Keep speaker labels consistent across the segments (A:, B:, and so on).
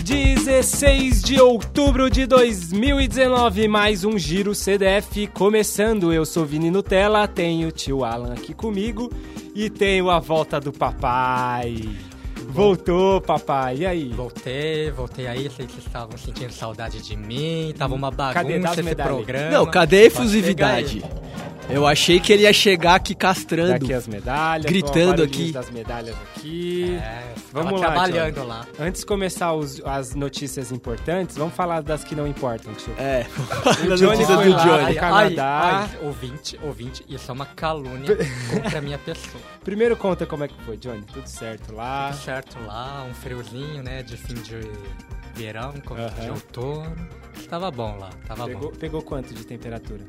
A: 16 de outubro de 2019, mais um Giro CDF começando. Eu sou Vini Nutella, tenho o tio Alan aqui comigo e tenho a volta do papai. Voltou, papai, e aí?
B: Voltei, voltei aí, sei que vocês estavam sentindo saudade de mim, tava uma
A: Cadê
B: bagunça
A: das
B: esse
A: medalhas?
B: programa.
C: Não, cadê a efusividade? Eu achei que ele ia chegar aqui castrando.
A: Daqui as medalhas,
C: Gritando
A: com o aparelhinho
C: aqui.
A: das medalhas aqui.
B: É,
A: Vamos
B: vamos
A: lá,
B: trabalhando
A: Jonathan.
B: lá.
A: Antes de começar os- as notícias importantes, vamos falar das que não importam, tio.
C: É,
A: O
C: na
A: Johnny
C: notícia
A: foi
C: do
A: lá.
C: Johnny.
A: do Canadá.
B: ai, ouvinte, ouvinte, isso é uma calúnia contra a minha pessoa.
A: Primeiro conta como é que foi, Johnny. Tudo certo lá.
B: Tudo certo lá, um friozinho, né, de fim de verão, começo de
A: Aham.
B: outono. Tava bom lá, tava
A: Pegou,
B: Tá bom.
A: pegou quanto de temperatura?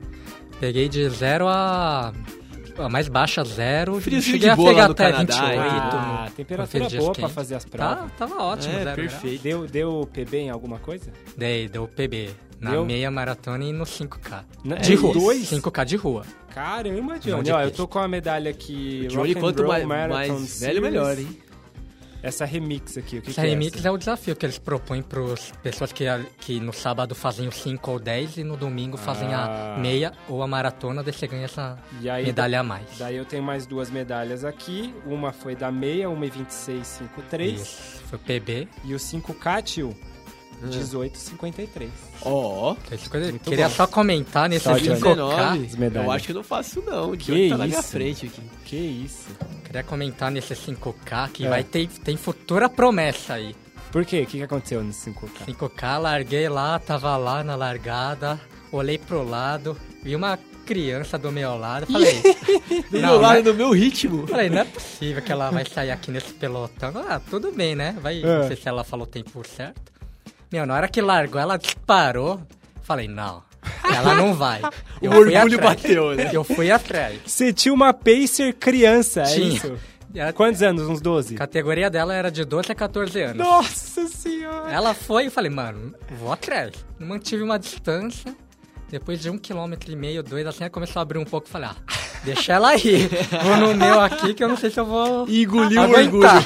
B: Peguei de zero a... A mais baixa, zero.
C: Friozinho
B: cheguei
C: de
B: a
C: boa lá
B: pegar
C: no
B: até
C: Canadá,
B: 28.
C: hein?
A: Ah,
B: no-
A: temperatura
B: nos dias
A: boa pra
B: quentes.
A: fazer as
B: Tá,
A: provas.
B: tava ótimo,
C: É,
B: zero grau.
C: perfeito.
A: Deu, deu PB em alguma coisa?
B: Daí deu PB na
A: Deu?
B: meia maratona e no 5K.
A: Na-
C: De
B: É
C: rua.
B: isso.
A: Dois?
B: 5K de rua.
A: Caramba,
B: Não,
A: Johnny.
B: de
A: Ó, eu
B: pista.
A: tô com a medalha aqui.
C: Johnny,
A: Rock and
C: quanto
A: Roll
C: mais,
A: Marathon
C: mais velho,
A: Series.
C: melhor, hein?
A: Essa remix aqui, o que, que
B: Essa
A: é
B: remix
A: essa?
B: é o desafio que eles propõem para pessoas que, a- que no sábado fazem o 5 ou 10 e no domingo fazem
A: Ah.
B: a meia ou a maratona, daí você ganha essa
A: E aí,
B: medalha a mais.
A: Daí eu tenho mais duas medalhas aqui. Uma foi da meia, uma e 26,53.
B: Isso, foi PB.
A: E o 5K, tio, 18,53.
C: Ó,
B: Então, isso coisa-
A: Muito
B: Queria
A: bom.
B: só comentar nesse
A: Só de
B: 5K.
C: 19.
A: medalhas.
C: Eu acho que eu não faço isso, não. O
A: Que
C: Johnny tá na minha
A: isso?
C: frente aqui.
A: Que isso.
B: Queria comentar nesse 5K que
A: É.
B: vai ter tem futura promessa aí.
A: Por quê? O que, que aconteceu nesse 5K?
B: 5K, larguei lá, tava lá na largada, olhei pro lado, vi uma criança do meu lado, falei,
C: Do
B: Não,
C: meu lado,
B: né?
C: do meu ritmo.
B: falei, não é possível que ela vai sair aqui nesse pelotão. Ah, tudo bem, né? Vai,
A: É.
B: Não sei se ela falou o tempo certo. Meu, na hora que largou, ela disparou. Falei, não, ela não vai.
C: O
B: fui
C: orgulho
B: atrás.
C: bateu, né?
B: Eu fui atrás.
A: Você tinha uma Pacer criança, é
B: Tinha.
A: isso?
B: E a
A: Quantos anos? Uns 12?
B: categoria dela era de 12 a 14 anos.
A: Nossa senhora!
B: Ela foi e falei, mano, vou atrás. Mantive uma distância. Depois de um quilômetro e meio, dois, assim, aí começou a abrir um pouco. Falei, ah, deixa ela ir. Vou no meu aqui que eu não sei se eu vou.
C: E engoliu o orgulho.
B: aguentar.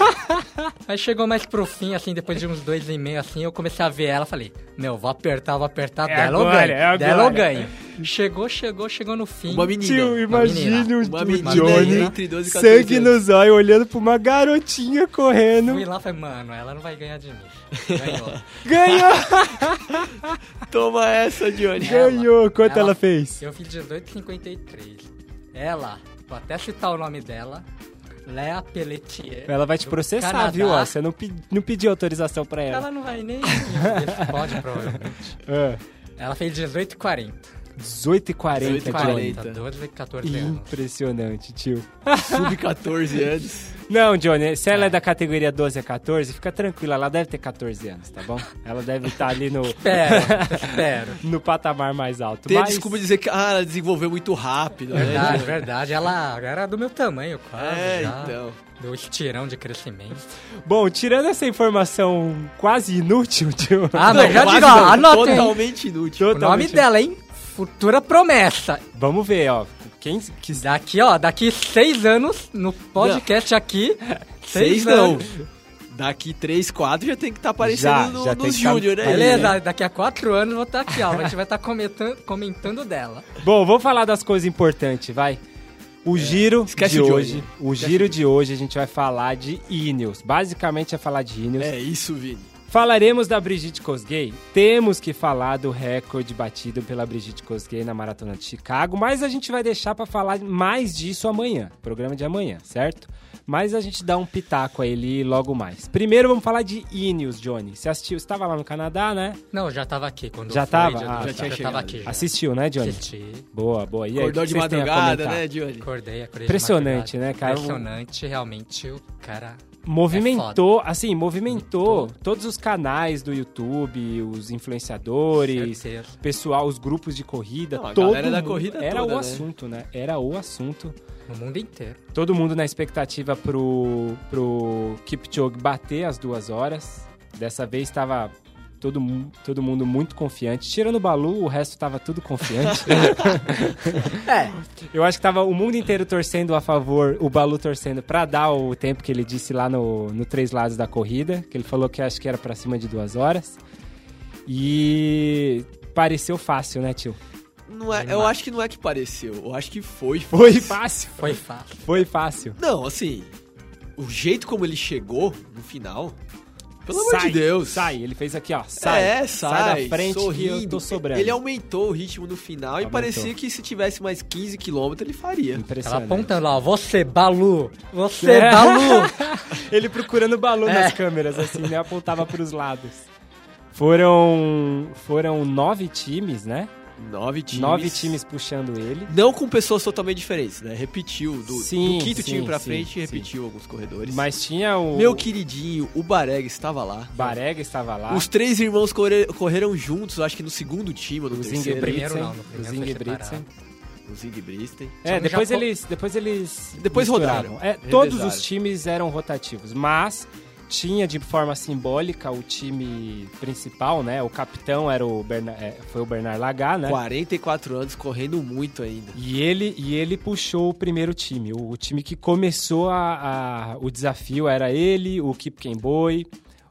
B: Aí chegou mais pro fim, assim, depois de uns dois e meio, assim, eu comecei a ver ela. Falei, meu, vou apertar, vou apertar.
A: É
B: dela
A: agora,
B: eu ganho.
A: é
B: dela eu
A: agora.
B: ganho. Chegou, chegou, chegou no fim.
C: Uma menina.
A: Tio, imagine o,
C: Uma
A: o
C: menina
A: Johnny,
C: entre 12 e 14
A: sangue nos olhos, olhando pra uma garotinha
B: Fui
A: correndo.
B: lá e falei, mano, ela não vai ganhar de mim. Ganhou.
A: Ganhou!
C: Toma essa, Johnny.
A: É.
B: Ela-
A: ganhou! Quanto ela,
B: ela-
A: fez?
B: Eu fiz 1853. Ela, vou até citar o nome dela, Léa Pelletier.
A: Ela vai te
B: do
A: processar,
B: Canadá.
A: viu? Ó, você não, pe- não pediu autorização pra ela.
B: Ela não vai nem. Isso pode, provavelmente.
A: Ah,
B: Ela fez 1840.
A: 18 e 40,
C: 18 e
A: Johnny.
C: 40.
B: 12, 14 anos.
A: Impressionante, tio.
C: Sub-14 anos.
A: Não, Johnny, se ela é da categoria 12 a 14, fica tranquila, ela deve ter 14 anos, tá bom? Ela deve estar ali no,
B: Espero, espero.
A: no patamar mais alto.
C: Tem a
A: mas-
C: desculpa de dizer que ah, ela desenvolveu muito rápido, né?
B: Verdade, verdade. Ela era do meu tamanho, quase.
C: É,
A: Ah,
B: já.
C: então.
B: Do estirão de crescimento.
A: Bom, tirando essa informação quase inútil, tio.
B: Ah, mas já
C: quase
B: digo, ó,
C: não,
B: anotem.
C: Totalmente inútil.
B: O nome
A: Totalmente.
B: dela, hein? Futura promessa.
A: Vamos ver, ó. Quem quiser.
B: Daqui, ó, daqui seis anos, no podcast aqui.
C: Seis não.
B: anos.
C: Daqui três, quatro já tem que estar aparecendo
A: Já,
C: no,
A: já tem
C: nos
A: que tá-
C: Júnior, né?
B: Beleza, daqui a quatro anos eu vou estar aqui, ó. A gente vai estar comentando, comentando dela.
A: Bom, vamos falar das coisas importantes, vai. O giro
C: É, Esquece
A: de
C: o Johnny.
A: hoje. O giro de hoje a gente vai falar de Ineos. Basicamente é falar de Ineos.
C: É isso, Vini.
A: Falaremos da Brigitte Kosgei. Temos que falar do recorde batido pela Brigitte Kosgei na Maratona de Chicago, mas a gente vai deixar pra falar mais disso amanhã, programa de amanhã, certo? Mas a gente dá um pitaco a ele logo mais. Primeiro vamos falar de Ineos, Johnny. Você assistiu, estava lá no Canadá, né?
B: Não, já tava aqui quando
A: Já
B: eu fui,
A: tava? Ah,
B: Já, já,
A: tá.
B: tinha
C: Já
B: tava
C: tava
B: aqui. Já.
A: Assistiu, né, Johnny?
B: Assisti,
A: Boa, boa. E aí,
C: É. Acordou
A: o que
C: de
A: vocês têm a
C: madrugada,
A: comentar?
C: né, Johnny?
B: acordei, acordei. de
A: Impressionante,
B: madrugada.
A: né, cara?
B: Impressionante, realmente, o cara...
C: É
A: Movimentou, assim, movimentou todos os canais do YouTube, os influenciadores,
B: Certeza.
A: pessoal, os grupos de corrida,
C: Não, a
A: todo
C: galera da
A: mundo-
C: corrida
A: era
C: toda,
A: o
C: né?
A: assunto, né? Era o assunto.
B: No mundo inteiro.
A: Todo mundo na expectativa pro pro Kipchoge bater as duas horas. Dessa vez estava Todo, mu- todo mundo muito confiante. Tirando o Balu, o resto tava tudo confiante.
B: É,
A: Eu acho que tava o mundo inteiro torcendo a favor, o Balu torcendo pra dar o tempo que ele disse lá no, no Três Lados da Corrida, que ele falou que acho que era pra cima de duas horas. E pareceu fácil, né, tio?
C: Não é- eu acho que não é que pareceu, eu acho que foi.
A: Foi fácil.
B: foi fácil.
A: Foi fácil.
C: Não, assim, o jeito como ele chegou no final, pelo amor
A: Sai,
C: de Deus.
A: Sai, ele fez aqui, ó. Sai.
C: é,
A: sai da frente que
C: sorrindo.
A: eu tô sobrando.
C: Ele é um aumentou o ritmo no final e
A: Aumentou.
C: parecia que se tivesse mais 15 km ele faria.
B: Ela
A: Impressionante.
B: apontando lá, ó, você, Balu, você,
A: É.
B: Balu.
A: Ele procurando o balão nas
C: É.
A: câmeras, assim, né? Apontava pros lados. Foram. Foram nove times, né?
C: Nove times.
A: Nove times puxando ele.
C: Não com pessoas totalmente diferentes, né? Repetiu. Do,
A: Sim,
C: do
A: sim,
C: quinto time pra
A: sim,
C: frente,
A: sim.
C: repetiu alguns corredores.
A: Mas tinha o.
C: Meu queridinho, o Bareg estava lá.
A: Barega estava lá.
C: Os três irmãos corre- correram juntos, acho que no segundo time ou no
A: O
C: terceiro.
B: primeiro
A: Ingebrigtsen.
B: não, no primeiro
A: Os
B: foi
A: Ingebrigtsen.
B: separado.
C: O Zingbristen.
A: É,
B: Só no
A: depois
B: Japão-
A: eles, depois eles.
C: Depois
A: misturavam.
C: rodaram,
A: É, todos
C: revezaram.
A: os times eram rotativos, mas tinha de forma simbólica o time principal, né? O capitão era o Berna- é, foi o Bernard Lagat, né?
C: 44 anos, correndo muito ainda.
A: E ele, e ele puxou o primeiro time. O, o time que começou a, a- o desafio era ele, o Kip Kemboi,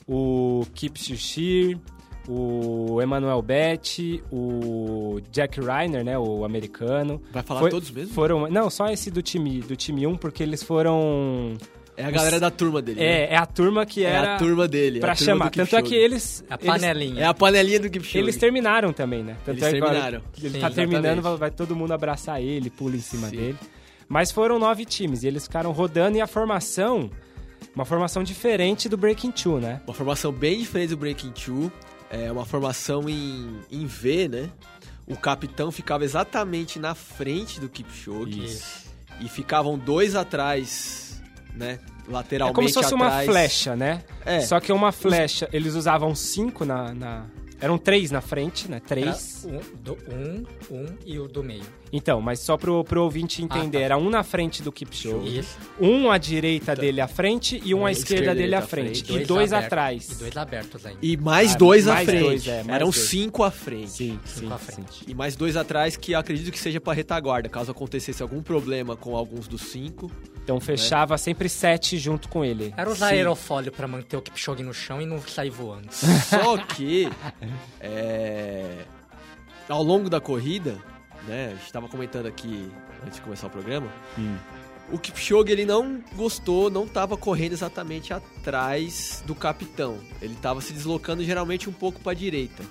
A: o Kip Shushir, o Emmanuel Betti, o Jack Reiner, né, o americano.
C: Vai falar
A: Foi-
C: todos mesmo?
A: Foram, não, só esse do time do time 1, porque eles foram
C: É a galera da turma dele. né?
A: é, é a turma que
C: É
A: era
C: a turma dele. é a
A: pra
C: turma
A: chamar.
C: do
A: Tanto é que
C: Kipchoge.
A: eles
B: A
A: eles-
B: panelinha.
C: É a panelinha do Kipchoge.
A: eles terminaram também, né? Tanto
C: Eles
A: é que agora
C: terminaram.
A: Ele
B: Sim,
A: tá
C: exatamente.
A: terminando, vai, vai todo mundo abraçar ele, pula em cima
C: Sim.
A: dele. Mas foram nove times e eles ficaram rodando e a formação, uma formação diferente do Breaking Two, né?
C: Uma formação bem diferente do Breaking Two. É uma formação em, em V, né? O capitão ficava exatamente na frente do Kipchoge.
B: Isso.
C: E ficavam dois atrás, né? Lateralmente
A: É como se fosse uma
C: atrás.
A: flecha, né?
C: É.
A: Só que é uma flecha, eles usavam cinco na, na- Eram três na frente, né?
B: Era
A: Três.
B: Um, do, um, um e o do meio.
A: Então, mas só pro, pro ouvinte entender,
B: Ah, tá. Então.
A: era um na frente do Kipchoge,
B: Isso.
A: um à direita dele à frente e um
B: É,
A: à esquerda, dele à frente, e dois
B: abertos-
A: atrás.
B: E dois abertos ainda.
C: E mais
A: Ah,
C: dois à
A: mais
C: frente.
A: dois, é, mais
C: Eram
A: dois.
C: cinco à frente.
A: Sim, sim,
B: Cinco à
A: sim.
B: frente.
C: E mais dois atrás, que eu acredito que seja pra retaguarda, caso acontecesse algum problema com alguns dos cinco.
A: Então fechava sempre sete junto com ele.
B: Era
C: um
B: usar aerofólio pra manter o Kipchoge no chão e não sair voando.
C: Só que, é, ao longo da corrida, né, a gente tava comentando aqui antes de começar o programa,
A: Hum.
C: o Kipchoge ele não gostou, não tava correndo exatamente atrás do capitão. Ele tava se deslocando geralmente um pouco pra direita.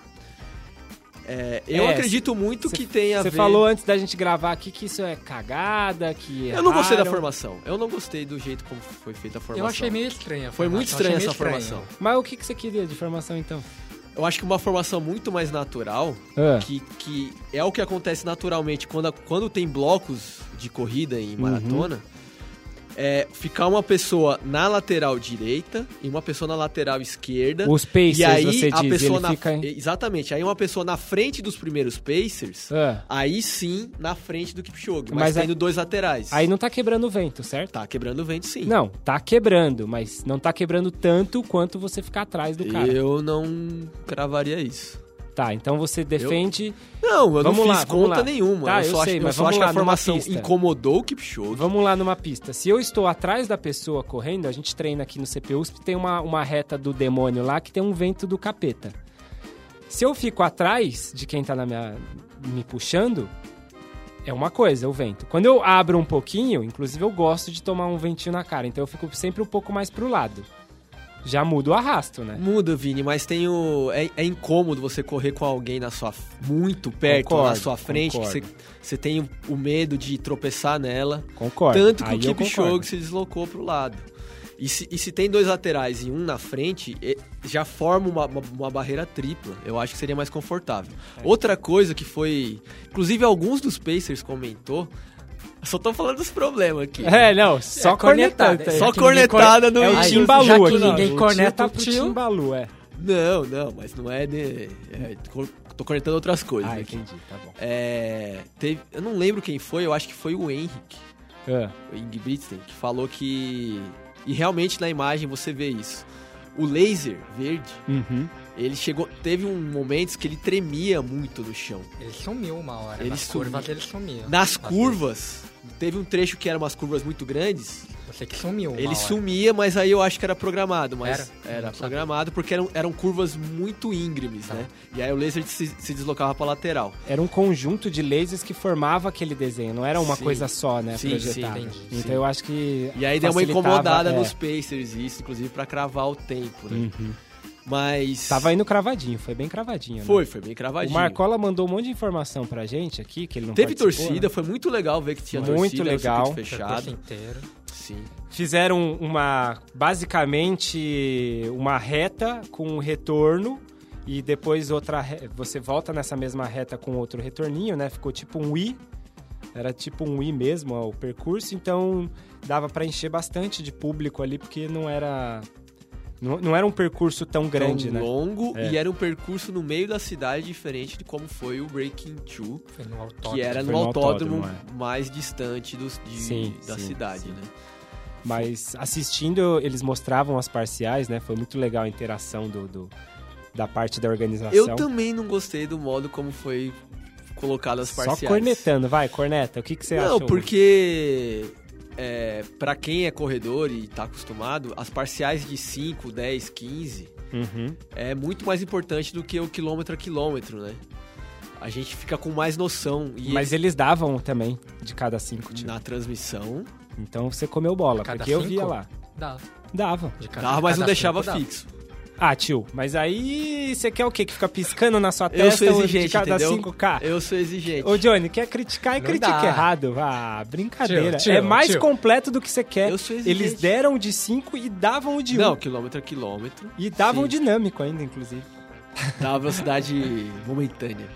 C: É, eu
A: É,
C: acredito muito
A: cê-
C: que tenha a
A: Você
C: ver...
A: falou antes da gente gravar aqui que isso é cagada, que é
C: Eu não gostei da
A: erraram.
C: formação. Eu não gostei do jeito como foi feita a formação.
B: Eu achei meio estranha. a
C: Foi muito
B: formação,
C: estranha
B: achei
C: essa
B: meio
C: formação.
B: estranho.
A: Mas o que, que você queria de formação então?
C: Eu acho que uma formação muito mais natural,
A: Ah,
C: que, que é o que acontece naturalmente quando, a- quando tem blocos de corrida
A: Uhum.
C: em maratona, é ficar uma pessoa na lateral direita e uma pessoa na lateral esquerda.
A: É. os Pacers,
C: e aí
A: você
C: a
A: diz,
C: pessoa
A: ele
C: na
A: fica... em-
C: exatamente, aí uma pessoa na frente dos primeiros Pacers,
A: Ah,
C: aí sim na frente do Kipchoge,
A: Mas
C: mas,
A: aí-
C: tendo dois laterais.
A: aí não tá quebrando o vento, certo?
C: tá quebrando o vento sim.
A: Não, tá quebrando, mas não tá quebrando tanto quanto você ficar atrás do cara.
C: Eu não cravaria isso.
A: Tá, então você defende...
C: Não, eu
A: Vamos
C: não
A: lá,
C: fiz
A: vamos
C: conta
A: lá.
C: nenhuma.
A: Tá,
C: eu
A: eu
C: só
A: sei,
C: acho, eu
A: mas
C: só
A: vamos
C: acho
A: lá
C: que
A: numa
C: a formação
A: pista.
C: incomodou o Kipchoge.
A: Vamos lá numa pista. Se eu estou atrás da pessoa correndo, a gente treina aqui no CPUSP, tem uma, uma reta do demônio lá que tem um vento do capeta. Se eu fico atrás de quem tá na minha, me puxando, é uma coisa, o vento. Quando eu abro um pouquinho, inclusive eu gosto de tomar um ventinho na cara, então eu fico sempre um pouco mais pro lado. Já mudo o arrasto, né?
C: Muda, Vini, mas tem o. É, é incômodo você correr com alguém na sua. muito perto,
A: Concordo,
C: na sua frente, que você,
A: concordo.
C: você tem o- o medo de tropeçar nela.
A: Concordo.
C: Tanto que
A: Aí eu
C: o Kipchoge
A: concordo.
C: se deslocou pro lado. E se, e se tem dois laterais e um na frente, e- já forma uma, uma- uma barreira tripla. Eu acho que seria mais confortável.
A: É.
C: Outra coisa que foi. Inclusive, alguns dos Pacers comentou. Só tô falando dos problemas aqui.
A: É, não, só cornetada.
B: É cornetada,
A: cornetada.
B: é
C: Só
B: que ninguém
C: cornetada no
A: É o
B: Aí,
C: Tim
A: Tim
B: já
A: Balu
B: que
A: aqui,
B: ninguém
A: não. O
B: corneta
A: tio
B: o
A: tá pro
B: tio.
A: Tim Balu, é.
C: Não, não, mas não é de. é, co- tô conectando outras coisas.
A: Ah,
C: aqui.
A: entendi, tá bom.
C: É, teve- eu não lembro quem foi, eu acho que foi o Henrique,
A: Ah.
C: o Ingebrigtsen, que falou que. E realmente na imagem você vê isso. O laser verde,
A: Uhum.
C: Ele chegou. Teve um momentos que ele tremia muito no chão.
B: Ele sumiu uma hora.
C: Ele
B: nas
C: sumiu.
B: curvas ele sumiu.
C: Nas
B: Nas
C: curvas, teve um trecho que eram umas curvas muito grandes.
B: Você que sumiu uma
C: ele
B: hora.
C: sumia, mas aí eu acho que era programado, mas
B: Era?
C: era,
B: Não sabia.
C: programado porque eram, eram curvas muito íngremes,
B: Tá.
C: né? E aí o laser se, se deslocava pra lateral.
A: Era um conjunto de lasers que formava aquele desenho, não era uma
C: Sim.
A: coisa só, né?
C: Sim,
A: projetada.
B: sim, entendi,
A: então
C: sim.
A: eu acho que.
C: E aí deu uma
A: facilitava,
C: incomodada
A: é.
C: nos Pacers, isso, inclusive pra cravar o tempo, né?
A: Uhum.
C: Mas.
A: Tava indo cravadinho, foi bem cravadinho. né?
C: Foi, foi bem
A: O
C: cravadinho.
A: Marcola mandou um monte de informação pra gente aqui, que ele não
C: Teve
A: participou,
C: torcida,
A: né?
C: foi muito legal ver que tinha
A: Muito
C: torcida. era um
A: legal.
C: circuito
B: Foi a torcida
C: Fechado.
B: inteira.
C: Sim.
A: Fizeram uma. Basicamente, uma reta com um retorno. E depois outra. re- Você volta nessa mesma reta com outro retorninho, né? Ficou tipo um I. Era tipo um I mesmo ó, o percurso. Então dava pra encher bastante de público ali, porque não era. Não, não era um percurso tão grande,
C: Tão
A: né?
C: longo
A: É.
C: e era um percurso no meio da cidade, diferente de como foi o Breaking Two,
B: Foi no autódromo.
C: que era
A: Foi
C: no,
A: no
C: autódromo,
A: autódromo, é.
C: mais distante dos, de-
A: Sim,
C: da
A: sim,
C: cidade,
A: sim.
C: né?
A: Mas assistindo, eles mostravam as parciais, né? Foi muito legal a interação do, do- da parte da organização.
C: Eu também não gostei do modo como foi colocado as parciais.
A: Só cornetando, vai, corneta. O que, que você acha?
C: Não,
A: Hugo?
C: porque é, para quem é corredor e tá acostumado, as parciais de 5, 10, 15
A: Uhum.
C: é muito mais importante do que o quilômetro a quilômetro, né? A gente fica com mais noção e
A: Mas eles davam também de cada cinco, tipo.
C: na transmissão
A: Então você comeu bola,
B: Cada
A: porque eu
B: cinco?
A: via lá.
B: Dá.
A: Dava.
B: De cada-
C: dava, mas
B: cada
C: não deixava
B: cinco dava.
C: fixo.
A: Ah, tio, mas aí você quer o quê? Que fica piscando na sua
C: Eu
A: testa
C: sou
A: ou de
C: exigente,
A: cada
C: entendeu?
A: 5K?
C: Eu sou exigente.
A: Ô, Johnny, quer criticar e
B: Não
A: critica
B: dá.
A: errado. Ah, brincadeira.
B: Tio, tio,
A: é mais
B: tio.
A: completo do que você quer.
C: Eu sou exigente.
A: é Eles deram de 5 e davam o de 1.
C: Não, quilômetro a quilômetro.
A: E davam
C: Sim.
A: dinâmico ainda, inclusive.
C: Da velocidade momentânea.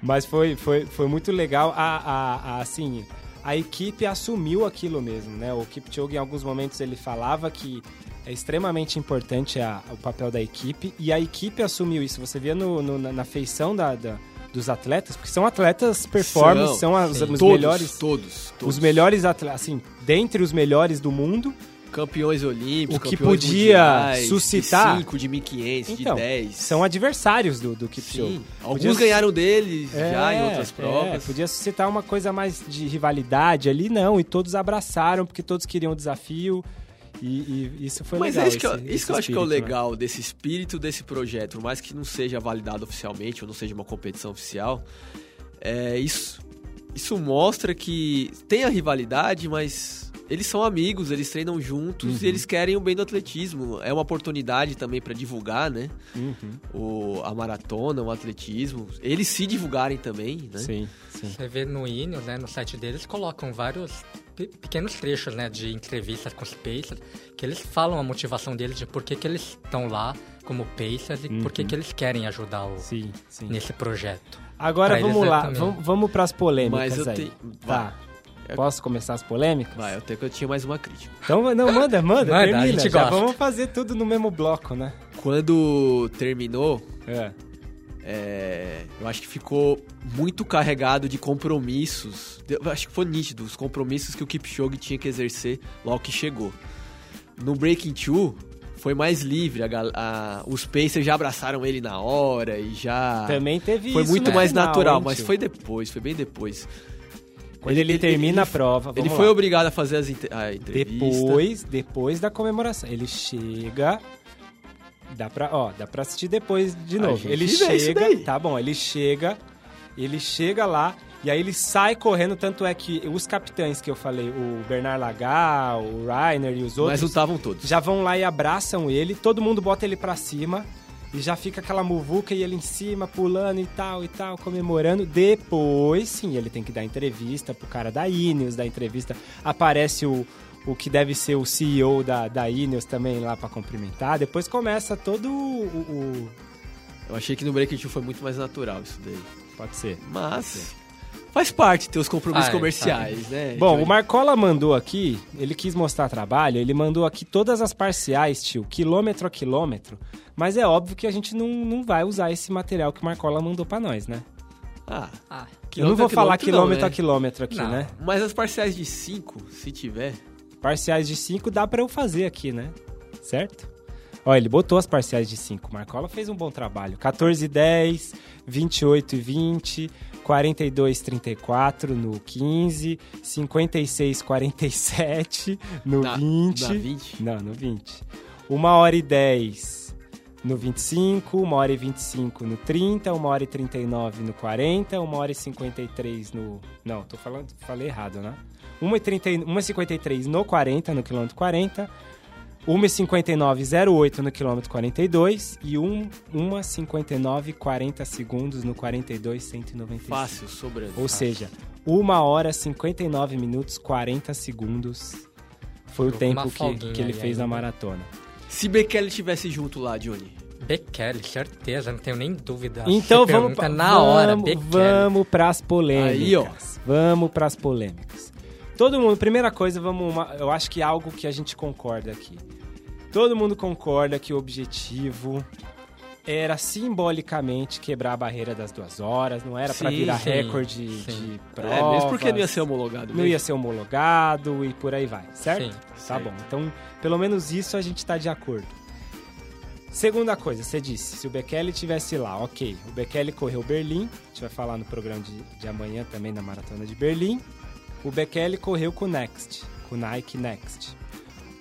A: Mas foi, foi, foi muito legal. A, a, a- assim, a equipe assumiu aquilo mesmo, né? O Kipchoge, em alguns momentos, ele falava que é extremamente importante a- o papel da equipe. E a equipe assumiu isso. Você via no- no- na, na feição da, da- dos atletas, porque são atletas performance, são,
C: São,
A: as-
B: sim.
A: os
C: todos,
A: melhores...
C: todos, todos.
A: Os melhores atletas, assim, dentre os melhores do mundo,
C: campeões olímpicos,
A: O que
C: campeões
A: podia
C: mundiais,
A: suscitar-
C: de 5, de 1500,
A: Então,
C: de 10.
A: são adversários do, do Kipchoge.
C: Sim. Alguns
A: Podia-
C: ganharam dele
A: É,
C: já em outras
A: é,
C: provas.
A: podia suscitar uma coisa mais de rivalidade ali, não. E todos abraçaram, porque todos queriam o desafio. E, e isso foi
C: Mas
A: legal.
C: é isso que, eu-
A: esse-
C: isso que eu
A: esse
C: acho que é o
A: espírito, né?
C: legal desse espírito desse projeto, por mais que não seja validado oficialmente ou não seja uma competição oficial, é isso, isso mostra que tem a rivalidade, mas eles são amigos, eles treinam juntos
A: Uhum.
C: e eles querem o bem do atletismo. É uma oportunidade também para divulgar, né?
A: Uhum,
C: O, a maratona, o atletismo, eles se divulgarem também, né?
A: Sim, sim.
B: Você vê no Ineos, né, no site deles, colocam vários pe- pequenos trechos, né, de entrevistas com os Pacers, que eles falam a motivação deles de por que, que eles estão lá como Pacers e por
C: Uhum.
B: que, que eles querem ajudar o,
A: Sim, sim.
C: É.
B: nesse projeto.
A: Agora
B: Pra eles
A: vamos
B: é
A: lá,
B: também.
A: vamos, vamos pras polêmicas
C: Mas eu
A: aí.
C: tenho.
A: Tá. Posso começar as polêmicas?
C: Vai, até que eu tinha mais uma crítica.
A: Então, não, manda, manda,
B: Manda, a
A: termina.
B: gente
A: já
B: gosta.
A: vamos fazer tudo no mesmo bloco, né?
C: Quando terminou,
A: É.
C: é, eu acho que ficou muito carregado de compromissos. Eu acho que foi nítido os compromissos que o Kipchoge tinha que exercer logo que chegou. No Breaking Two foi mais livre. a gal- a- os Pacers já abraçaram ele na hora e já
A: Também teve
C: foi
A: isso né?
C: muito
A: no
C: mais
A: final,
C: natural.
A: hein,
C: Mas
A: tio?
C: foi depois, foi bem depois.
A: Quando ele, termina a prova,
C: Ele
A: Tá, vamos
C: foi
A: lá.
C: obrigado a fazer as inte- a entrevista.
A: Depois, depois da comemoração. Ele chega. Dá pra, ó, dá pra assistir depois de
C: A
A: novo.
C: gente
A: Ele
C: vê isso
A: chega.
C: daí.
A: Tá bom, ele chega. Ele chega lá. E aí ele sai correndo, tanto é que os capitães que eu falei, o Bernard Lagat, o Rainer e os
C: mas não
A: outros,
C: estavam todos.
A: já vão lá e abraçam ele, todo mundo bota ele pra cima e já fica aquela muvuca e ele em cima, pulando e tal e tal, comemorando. Depois, sim, ele tem que dar entrevista pro cara da Ineos, da entrevista. Aparece o, o que deve ser o CEO da, da Ineos também lá pra cumprimentar. Depois começa todo o. o-
C: Eu achei que no Breaking Two foi muito mais natural isso daí.
A: o- Pode ser.
C: Mas faz parte ter os compromissos
B: Ah, é,
C: comerciais, né?
A: Bom,
C: Johnny?
A: o Marcola mandou aqui, ele quis mostrar trabalho, ele mandou aqui todas as parciais, tio, quilômetro a quilômetro, mas é óbvio que a gente não, não vai usar esse material que o Marcola mandou pra nós, né?
C: Ah,
A: Eu
B: Ah,
A: não
C: Quilômetro
A: vou
C: a
A: falar quilômetro
C: quilômetro não,
A: a
C: né?
A: quilômetro aqui,
B: Não.
A: né?
C: Mas as parciais de 5, se tiver.
A: Parciais de 5 dá pra eu fazer aqui, né? Certo? Ó, ele botou as parciais de 5. Marcola fez um bom trabalho. 14 e 10, 28 e 20, 42 e 34 no 15, 56 e 47 no
C: Na-
A: 20.
C: na 20?
A: Não, no 20. 1 hora e 10 no 25, 1 hora e 25 no 30, 1 hora e 39 no 40, 1 hora e 53 no. Não, tô falando, falei errado, né? 1 e, 30, e- 1 e 53 no 40, no quilômetro 40. 1h59,08 no quilômetro 42 e 1 1h59,40 segundos no 42,195.
C: Fácil, sobrando.
A: Ou seja, 1 hora 59 minutos 40 segundos foi o
B: Uma
A: tempo que,
B: folguinha
A: que ele
B: aí
A: fez na
B: ainda.
A: maratona.
C: Se Bekele estivesse junto lá, Johnny.
B: Bekele, certeza, não tenho nem dúvida.
A: Então
B: Você
A: vamos
B: Ah, pergunta
A: pra-
B: na hora,
A: vamos,
B: Bekele.
A: vamos pras polêmicas.
C: Aí, ó.
A: Vamos pras polêmicas. Todo mundo, primeira coisa, vamos uma- eu acho que é algo que a gente concorda aqui. Todo mundo concorda que o objetivo era simbolicamente quebrar a barreira das duas horas, não era pra
C: Sim,
A: virar
B: sim,
A: recorde de,
B: sim.
A: de provas.
C: É, mesmo porque não ia ser homologado.
A: não
C: mesmo.
A: ia ser homologado e por aí vai, certo?
B: Sim,
A: tá
C: certo.
A: bom. Então, pelo menos isso a gente tá de acordo. Segunda coisa, você disse, se o Bekele tivesse lá, ok, o Bekele correu Berlim, a gente vai falar no programa de, de amanhã também na Maratona de Berlim, o Bekele correu com o Next, com o Nike Next.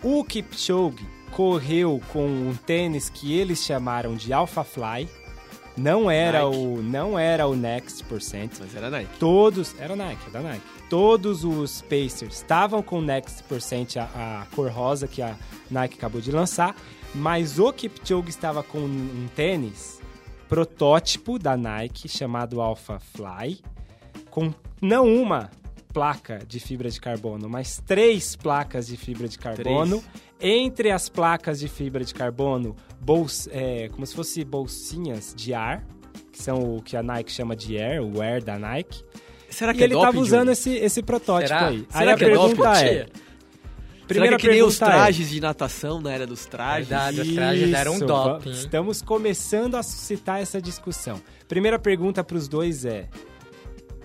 A: O Kipchoge correu com um tênis que eles chamaram de Alpha Fly, não era,
C: Nike.
A: o, não era o Next por cento,
C: Mas era Nike.
A: todos, era Nike, da Nike. Todos os Pacers estavam com o Next Percent, a, a cor rosa que a Nike acabou de lançar, mas o Kipchoge estava com um tênis protótipo da Nike chamado Alpha Fly, com não uma placa de fibra de carbono, mas três placas de fibra de carbono. Entre as placas de fibra de carbono, bols, é, como se fosse bolsinhas de ar, que são o que a Nike chama de Air, o Air da Nike.
C: Será
A: e ele
C: é doping,
A: tava usando
C: Johnny?
A: esse, esse protótipo
B: Será?
A: aí.
B: Será
A: aí a
B: que é doping?
A: pergunta é...
B: Tia,
A: Primeira
C: Será que, é que nem os
A: pergunta é-
C: trajes de natação na era dos trajes?
B: Verdade. As trajes eram
A: Isso,
B: doping, hein?
A: Estamos começando a suscitar essa discussão. Primeira pergunta para os dois é: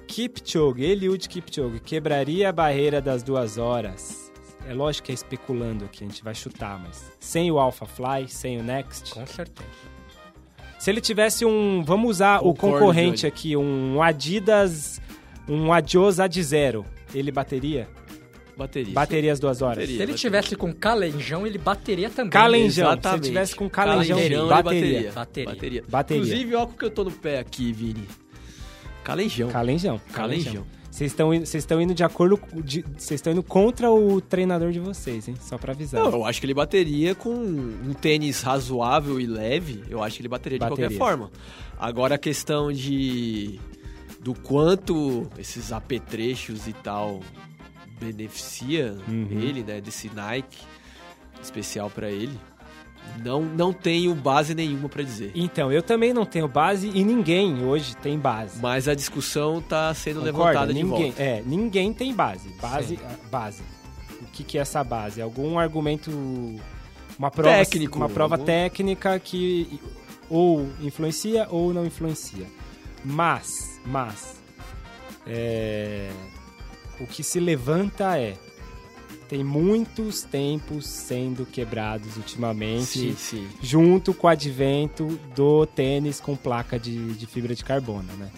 A: Kipchoge, Eliud Kipchoge, quebraria a barreira das duas horas? É lógico que é especulando aqui, a gente vai chutar, mas sem o Alpha Fly, sem o Next.
B: Com certeza.
A: Se ele tivesse um, vamos usar o
C: Concordo,
A: concorrente
C: Johnny.
A: aqui, um Adidas, um Adios Ad Zero, ele bateria?
C: Bateria.
A: Bateria as duas horas?
C: Bateria.
B: Se ele
C: bateria.
B: tivesse com calenjão, ele bateria também.
A: Calenjão,
C: Exatamente.
A: se tivesse com calenjão,
C: ele
A: bateria.
C: bateria.
B: Bateria.
C: Bateria.
A: Bateria.
C: Inclusive, olha o que eu tô no pé aqui, Vini. Calenjão.
A: Calenjão.
C: Calenjão.
A: Vocês estão indo- vocês estão indo de acordo. com- de- Vocês estão indo contra o treinador de vocês, hein? Só pra avisar.
C: Não, eu acho que ele bateria com um tênis razoável e leve. Eu acho que ele bateria, de
A: Bateria.
C: qualquer forma. Agora a questão de do quanto esses apetrechos e tal beneficia
A: Uhum.
C: ele, né, desse Nike especial pra ele. Não não tenho base nenhuma pra dizer.
A: Então, eu também não tenho base e ninguém hoje tem base.
C: Mas a discussão tá sendo
A: Concorda?
C: levantada de
A: ninguém,
C: volta.
A: É, ninguém tem base. Base. ah, base. O que, que é essa base? Algum argumento. Uma prova,
C: Técnico,
A: uma prova
C: algum-
A: técnica que ou influencia ou não influencia. Mas, mas, é, o que se levanta é. Tem muitos tempos sendo quebrados ultimamente
C: Sim, sim.
A: junto com o advento do tênis com placa de, de fibra de carbono, né?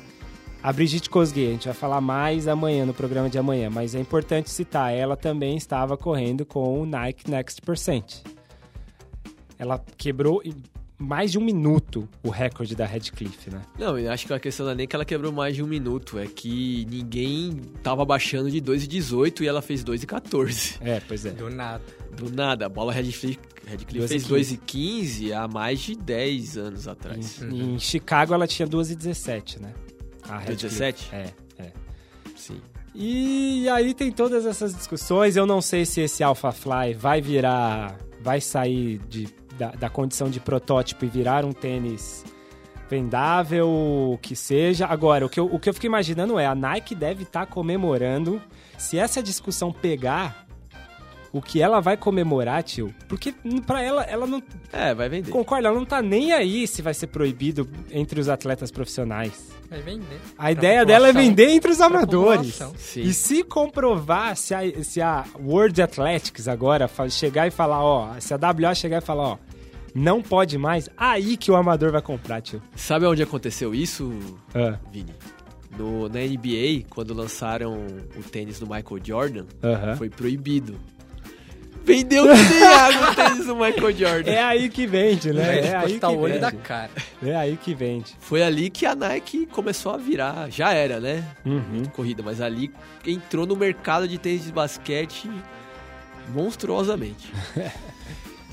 A: A Brigitte Kosgei, a gente vai falar mais amanhã no programa de amanhã, mas é importante citar, ela também estava correndo com o Nike Next Percent. Ela quebrou em mais de um minuto o recorde da Redcliffe, né?
C: Não, eu acho que a questão não é nem que ela quebrou mais de um minuto, é que ninguém tava baixando de 2,18 e ela fez 2,14.
A: É, pois é.
B: né? Do nada.
C: Do nada, a bola Redcliffe,
A: 2,15.
C: Redcliffe fez 2,15 há mais de 10 anos atrás.
A: Em, em Chicago ela tinha 2,17, né? A Radcliffe.
C: 2,17?
A: É, é.
C: Sim.
A: E aí tem todas essas discussões. Eu não sei se esse Alpha Fly vai virar, vai sair de- da, da condição de protótipo e virar um tênis vendável, o que seja. Agora, o que eu, o que eu fico imaginando é a Nike deve estar comemorando. Se essa discussão pegar, o que ela vai comemorar, tio? Porque hum, pra ela, ela não
C: É, vai vender.
A: concorda, ela não tá nem aí se vai ser proibido entre os atletas profissionais.
B: Vai vender.
A: A ideia dela é vender entre os amadores.
B: população.
C: Sim.
A: E se comprovar, se a, se a World Athletics agora fa- chegar e falar, ó, se a WA chegar e falar, ó, não pode mais, aí que o amador vai comprar, tio.
C: Sabe onde aconteceu isso,
A: Ah,
C: Vini? No, na NBA, quando lançaram o tênis do Michael Jordan,
A: Aham.
C: foi proibido. Vendeu que nem água o tênis do Michael Jordan.
A: É aí que vende, né? É
B: Vai
A: aí que
B: custar o olho da
A: vende.
B: cara.
A: É aí que vende.
C: Foi ali que a Nike começou a virar. Já era, né?
A: Uhum.
C: Corrida, mas ali entrou no mercado de tênis de basquete monstruosamente.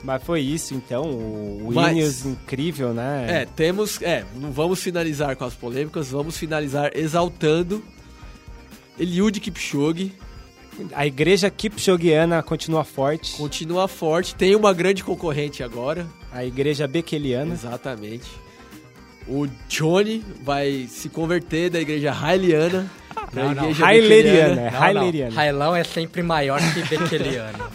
A: Mas foi isso, então. O
C: Mas-
A: Williams incrível, né?
C: É, temos. É, não vamos finalizar com as polêmicas, vamos finalizar exaltando Eliud Kipchoge.
A: A igreja Kipchogeana continua forte.
C: Continua forte, tem uma grande concorrente agora.
A: A igreja Bekeliana.
C: Exatamente. O Johnny vai se converter da igreja Hailiana pra
B: Não, não,
C: igreja
A: Haileriana. É
B: Não, não.
A: Haileriana.
B: Hailão é sempre maior que Bekeliano.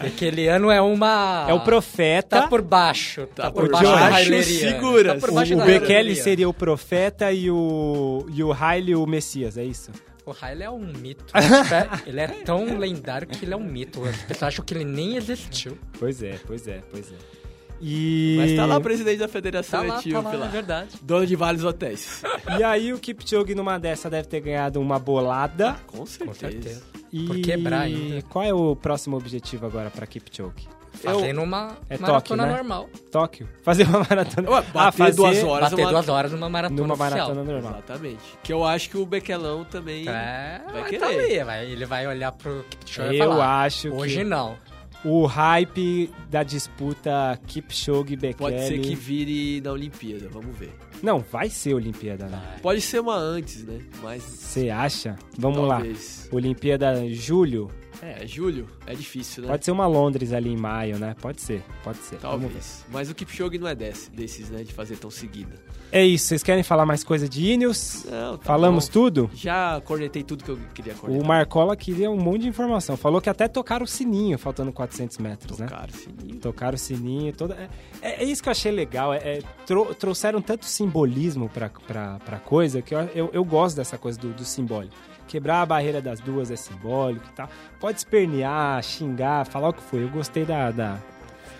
B: Bekeliano é uma...
A: É o profeta.
B: Tá por baixo. Tá,
C: Tá
B: por,
C: por
B: baixo
A: baixo,
B: da Haileriana.
C: segura,
B: Tá por
A: O,
B: baixo
A: o
B: da
A: Bekele
B: Haileriana.
A: seria o profeta e o, e o Haile o Messias, é isso?
B: O Haile é um mito. Tipo, é- ele é tão lendário que ele é um mito. As pessoas acham que ele nem existiu.
A: Pois é, pois é, pois é. E...
C: Mas tá lá o presidente da federação
B: Tá lá, tá
C: etíope
B: lá,
C: lá.
B: é verdade.
C: Dono de vários hotéis.
A: E aí o Kipchoge numa dessa deve ter ganhado uma bolada.
C: Ah, Com
B: Com certeza.
A: E
B: Por quebrar ainda.
A: qual é o próximo objetivo agora pra Kipchoge?
B: Fazendo uma
A: É toque,
B: maratona
A: né?
B: normal.
A: Tóquio? Fazer uma maratona. Ah,
C: Ué, bater duas horas
B: Bater
C: uma-
B: duas horas numa maratona
A: Numa
B: oficial.
A: maratona normal.
C: Exatamente. Que eu acho que o Bequelão também.
B: É,
C: Vai
B: vai
C: querer.
B: também, vai. Ele vai olhar pro Kipchoge e
A: Eu
B: falar,
A: acho
B: Hoje
A: que
B: não.
A: o hype da disputa Kipchoge Bekele...
C: Pode ser que vire na Olimpíada, vamos ver.
A: Não, vai ser Olimpíada, né?
C: Pode ser uma antes, né? Mas.
A: Você acha? Vamos
C: Talvez.
A: lá. Olimpíada em julho.
C: É, julho é difícil, né?
A: Pode ser uma Londres ali em maio, né? Pode ser, pode ser. Vamos ver.
C: Talvez. Mas o Kipchoge não é desse, desses, né? De fazer tão seguida.
A: É isso, vocês querem falar mais coisa de Ineos?
C: Não, tá
A: Falamos
C: bom.
A: tudo?
C: Já cornetei tudo que eu queria cornetar.
A: O Marcola queria um monte de informação. Falou que até tocaram o sininho, faltando 400 metros, né?
C: Cara, sininho.
A: Tocaram o sininho, toda... é, é, é isso que eu achei legal. É, é, tro- trouxeram tanto simbolismo pra, pra, pra coisa que eu, eu, eu gosto dessa coisa do, do simbólico. Quebrar a barreira das duas é simbólico e tal. Pode espernear, xingar, falar o que foi. Eu gostei da. da-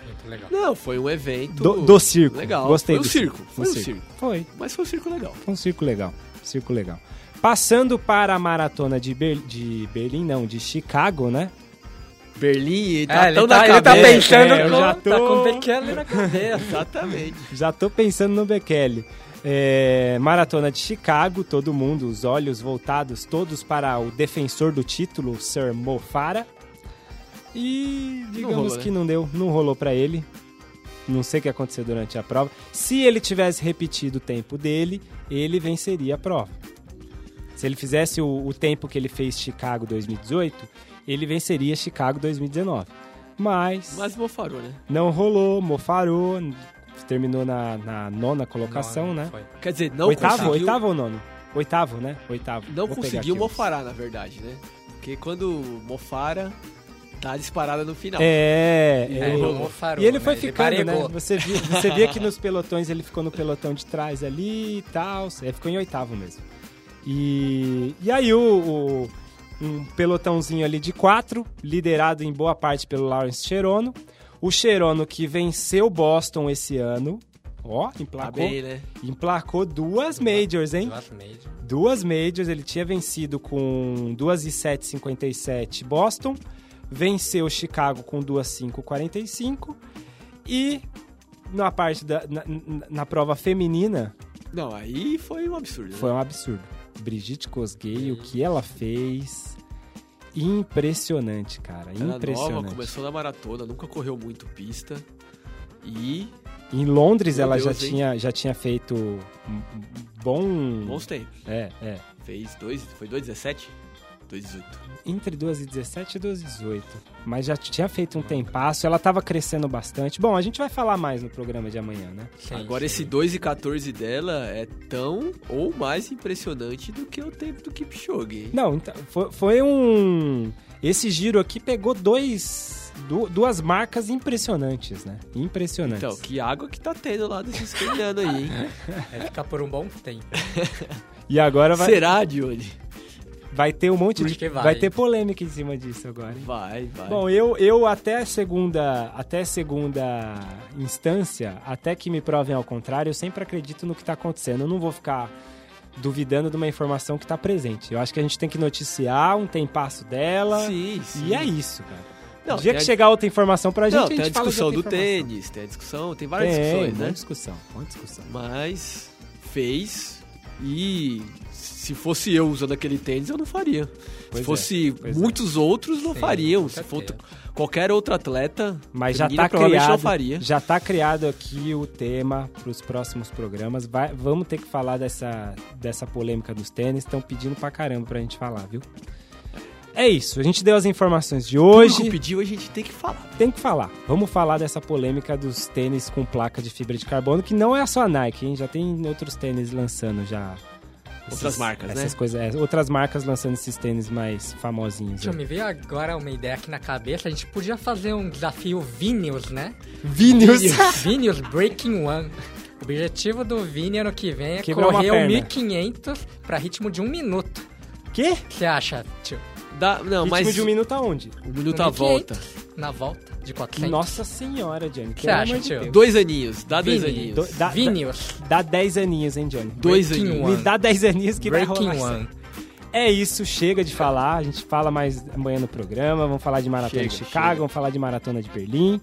B: Muito legal.
C: Não, foi um evento.
A: do, do circo.
C: Legal.
A: Gostei
C: foi
A: do
C: um circo.
A: Do
C: Foi um circo.
A: Foi.
C: Mas foi um circo legal.
A: Foi um circo legal. Circo legal. Passando para a maratona de, Ber- de Berlim, não, de Chicago, né?
C: Berlim, ele
B: É,
C: tá
B: ele
C: tão
B: tá-
C: na
B: ele tá
C: cabeça. né?
B: pensando
A: é, eu
B: como-
A: já
B: tá
A: tô-
B: com o Bekele na cabeça.
C: Exatamente.
A: Já tô pensando no Bekele. É, maratona de Chicago, todo mundo, os olhos voltados todos para o defensor do título, Sir Mo Farah. E digamos
C: rolou, né?
A: que não deu, não rolou pra ele. Não sei o que aconteceu durante a prova. Se ele tivesse repetido o tempo dele, ele venceria a prova. Se ele fizesse o, o tempo que ele fez Chicago 2018, ele venceria Chicago 2019. Mas,
C: Mas mofarou, né?
A: não rolou, mofarou, terminou na, na nona colocação,
B: Não,
A: né?
B: foi.
C: Quer dizer, não
A: oitavo,
C: conseguiu.
A: oitavo ou nono? Oitavo, né? Oitavo.
C: Não
A: Vou pegar
C: conseguiu
A: aqui.
C: mofarar, na verdade, né? Porque quando mofara, dá disparada no final.
A: É,
C: E
A: é.
B: É,
C: ele-
B: não farou,
A: E ele
B: né?
A: foi ficando, né?
B: paregou.
A: Você via, você via que nos pelotões ele ficou no pelotão de trás ali e tal. Ele ficou em oitavo mesmo. E, e aí o, o- um pelotãozinho ali de quatro, liderado em boa parte pelo Lawrence Cherono. O Cherono que venceu Boston esse ano. Ó,
C: Tá
A: emplacou.
C: bem, né?
A: Emplacou duas majors, hein?
B: Duas meias.
A: Duas majors, ele tinha vencido com 2 e 7,57 Boston, venceu Chicago com 2,5,45 e na parte da na, na- na prova feminina
C: Não, aí foi um absurdo. né?
A: foi um absurdo. Brigitte Kosgei, o que ela fez, impressionante, cara,
C: Ela era nova,
A: um impressionante.
C: começou na maratona, nunca correu muito pista. E
A: Em Londres
C: Meu
A: ela
C: Deus,
A: já
C: hein?
A: tinha já tinha feito um bom
C: bons tempos.
A: é, é,
C: Fez dois, foi 2,17? 2,18.
A: entre 2 e 17 e 2 e 18. Mas já tinha feito um tempasso, ela tava crescendo bastante. Bom, a gente vai falar mais no programa de amanhã, né?
B: Sim,
C: Agora
B: sim.
C: esse 2,14 dela é tão ou mais impressionante do que o tempo do Kipchoge. hein?
A: Não, então, foi, foi um. Esse giro aqui pegou dois. du- duas marcas impressionantes, né? Impressionantes.
C: Então, que água que tá tendo lá desses caminhando aí, hein?
B: Vai ficar por um bom tempo.
A: E agora vai.
C: Será, Johnny?
A: Vai ter um monte
B: Acho
A: de.
B: que vai.
A: ter polêmica em cima disso agora, hein?
C: Vai, vai.
A: Bom, eu, eu até a segunda, até a segunda instância, até que me provem ao contrário, eu sempre acredito no que está acontecendo. Eu não vou ficar duvidando de uma informação que está presente. Eu acho que a gente tem que noticiar um tempasso dela.
C: sim, sim.
A: E é isso, cara.
C: Não,
A: o dia
C: tem
A: que
C: a-
A: chegar outra informação pra gente,
C: Não,
A: a
C: tem
A: gente
C: a
A: fala de
C: discussão
A: outra
C: do
A: informação.
C: tênis, tem a discussão, tem várias
A: Tem,
C: discussões,
A: muita
C: né?
A: discussão, muita discussão.
C: Mas fez e se fosse eu usando aquele tênis, eu não faria.
A: Pois é,
C: se fosse
A: pois é.
C: muitos outros, não
B: Sim,
C: fariam.
B: com
C: Se for
B: certeza.
C: qualquer outro atleta,
A: Mas já
C: feminina,
A: tá
C: provavelmente não
A: criado,
C: faria.
A: já tá criado aqui o tema para os próximos programas. Vai- vamos ter que falar dessa, dessa polêmica dos tênis. Estão pedindo pra caramba pra gente falar, viu? É isso. A gente deu as informações de
C: Hoje... O público
A: hoje.
C: pediu, a gente tem que falar.
A: Tem que falar. Vamos falar dessa polêmica dos tênis com placa de fibra de carbono, que não é só a Nike, hein? Já tem outros tênis lançando já.
C: Outras marcas, né?
A: essas Coisas, é, outras marcas lançando esses tênis mais famosinhos.
B: Deixa eu
A: né?
B: me ver agora uma ideia aqui na cabeça. A gente podia fazer um desafio Vinius, né?
A: Vinícius!
B: Vinius Breaking One. O objetivo do Vini ano que vem é
A: Quebrar uma
B: correr o
A: perna.
B: 1500 pra ritmo de um minuto.
A: Quê?
B: O que você acha, tio?
C: Dá, não,
A: Ritmo
C: mas
A: de um minuto aonde?
C: um minuto à volta.
B: 1500 Na volta de 400.
A: Nossa senhora, Johnny.
B: que
A: pelo
B: acha,
A: amor de
B: tio?
A: Deus.
C: Dois aninhos, dá dois
B: Vini,
C: aninhos.
A: Do- dá,
B: Vinius.
A: dá 10 aninhos, hein, Johnny?
C: Dois
B: Breaking
C: aninhos.
B: One.
A: Me dá 10 aninhos que vai rolar.
B: Breaking
A: isso.
B: One.
A: É isso, chega de falar. A gente fala mais amanhã no programa. Vamos falar de maratona de
C: Chega,
A: Chicago,
C: chega.
A: vamos falar de maratona de Berlim.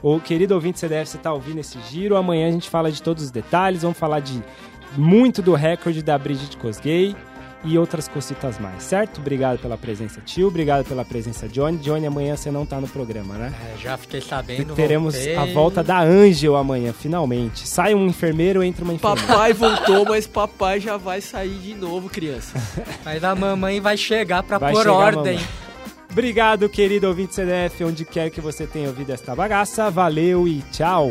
A: O querido ouvinte CDF, você tá ouvindo esse giro. Amanhã a gente fala de todos os detalhes. Vamos falar de muito do recorde da Brigitte Kosgei e outras cositas mais, certo? Obrigado pela presença, tio. Obrigado pela presença, Johnny. Johnny, amanhã você não tá no programa, né?
B: É, já fiquei sabendo.
A: Teremos
B: voltei.
A: a volta da Angel amanhã, finalmente. Sai um enfermeiro, entra uma enfermeira.
C: Papai voltou, mas papai já vai sair de novo, criança.
B: Mas a mamãe vai chegar pra
A: Vai
B: pôr
A: chegar,
B: ordem.
A: mamãe. Obrigado, querido ouvinte CDF, onde quer que você tenha ouvido esta bagaça. Valeu e tchau!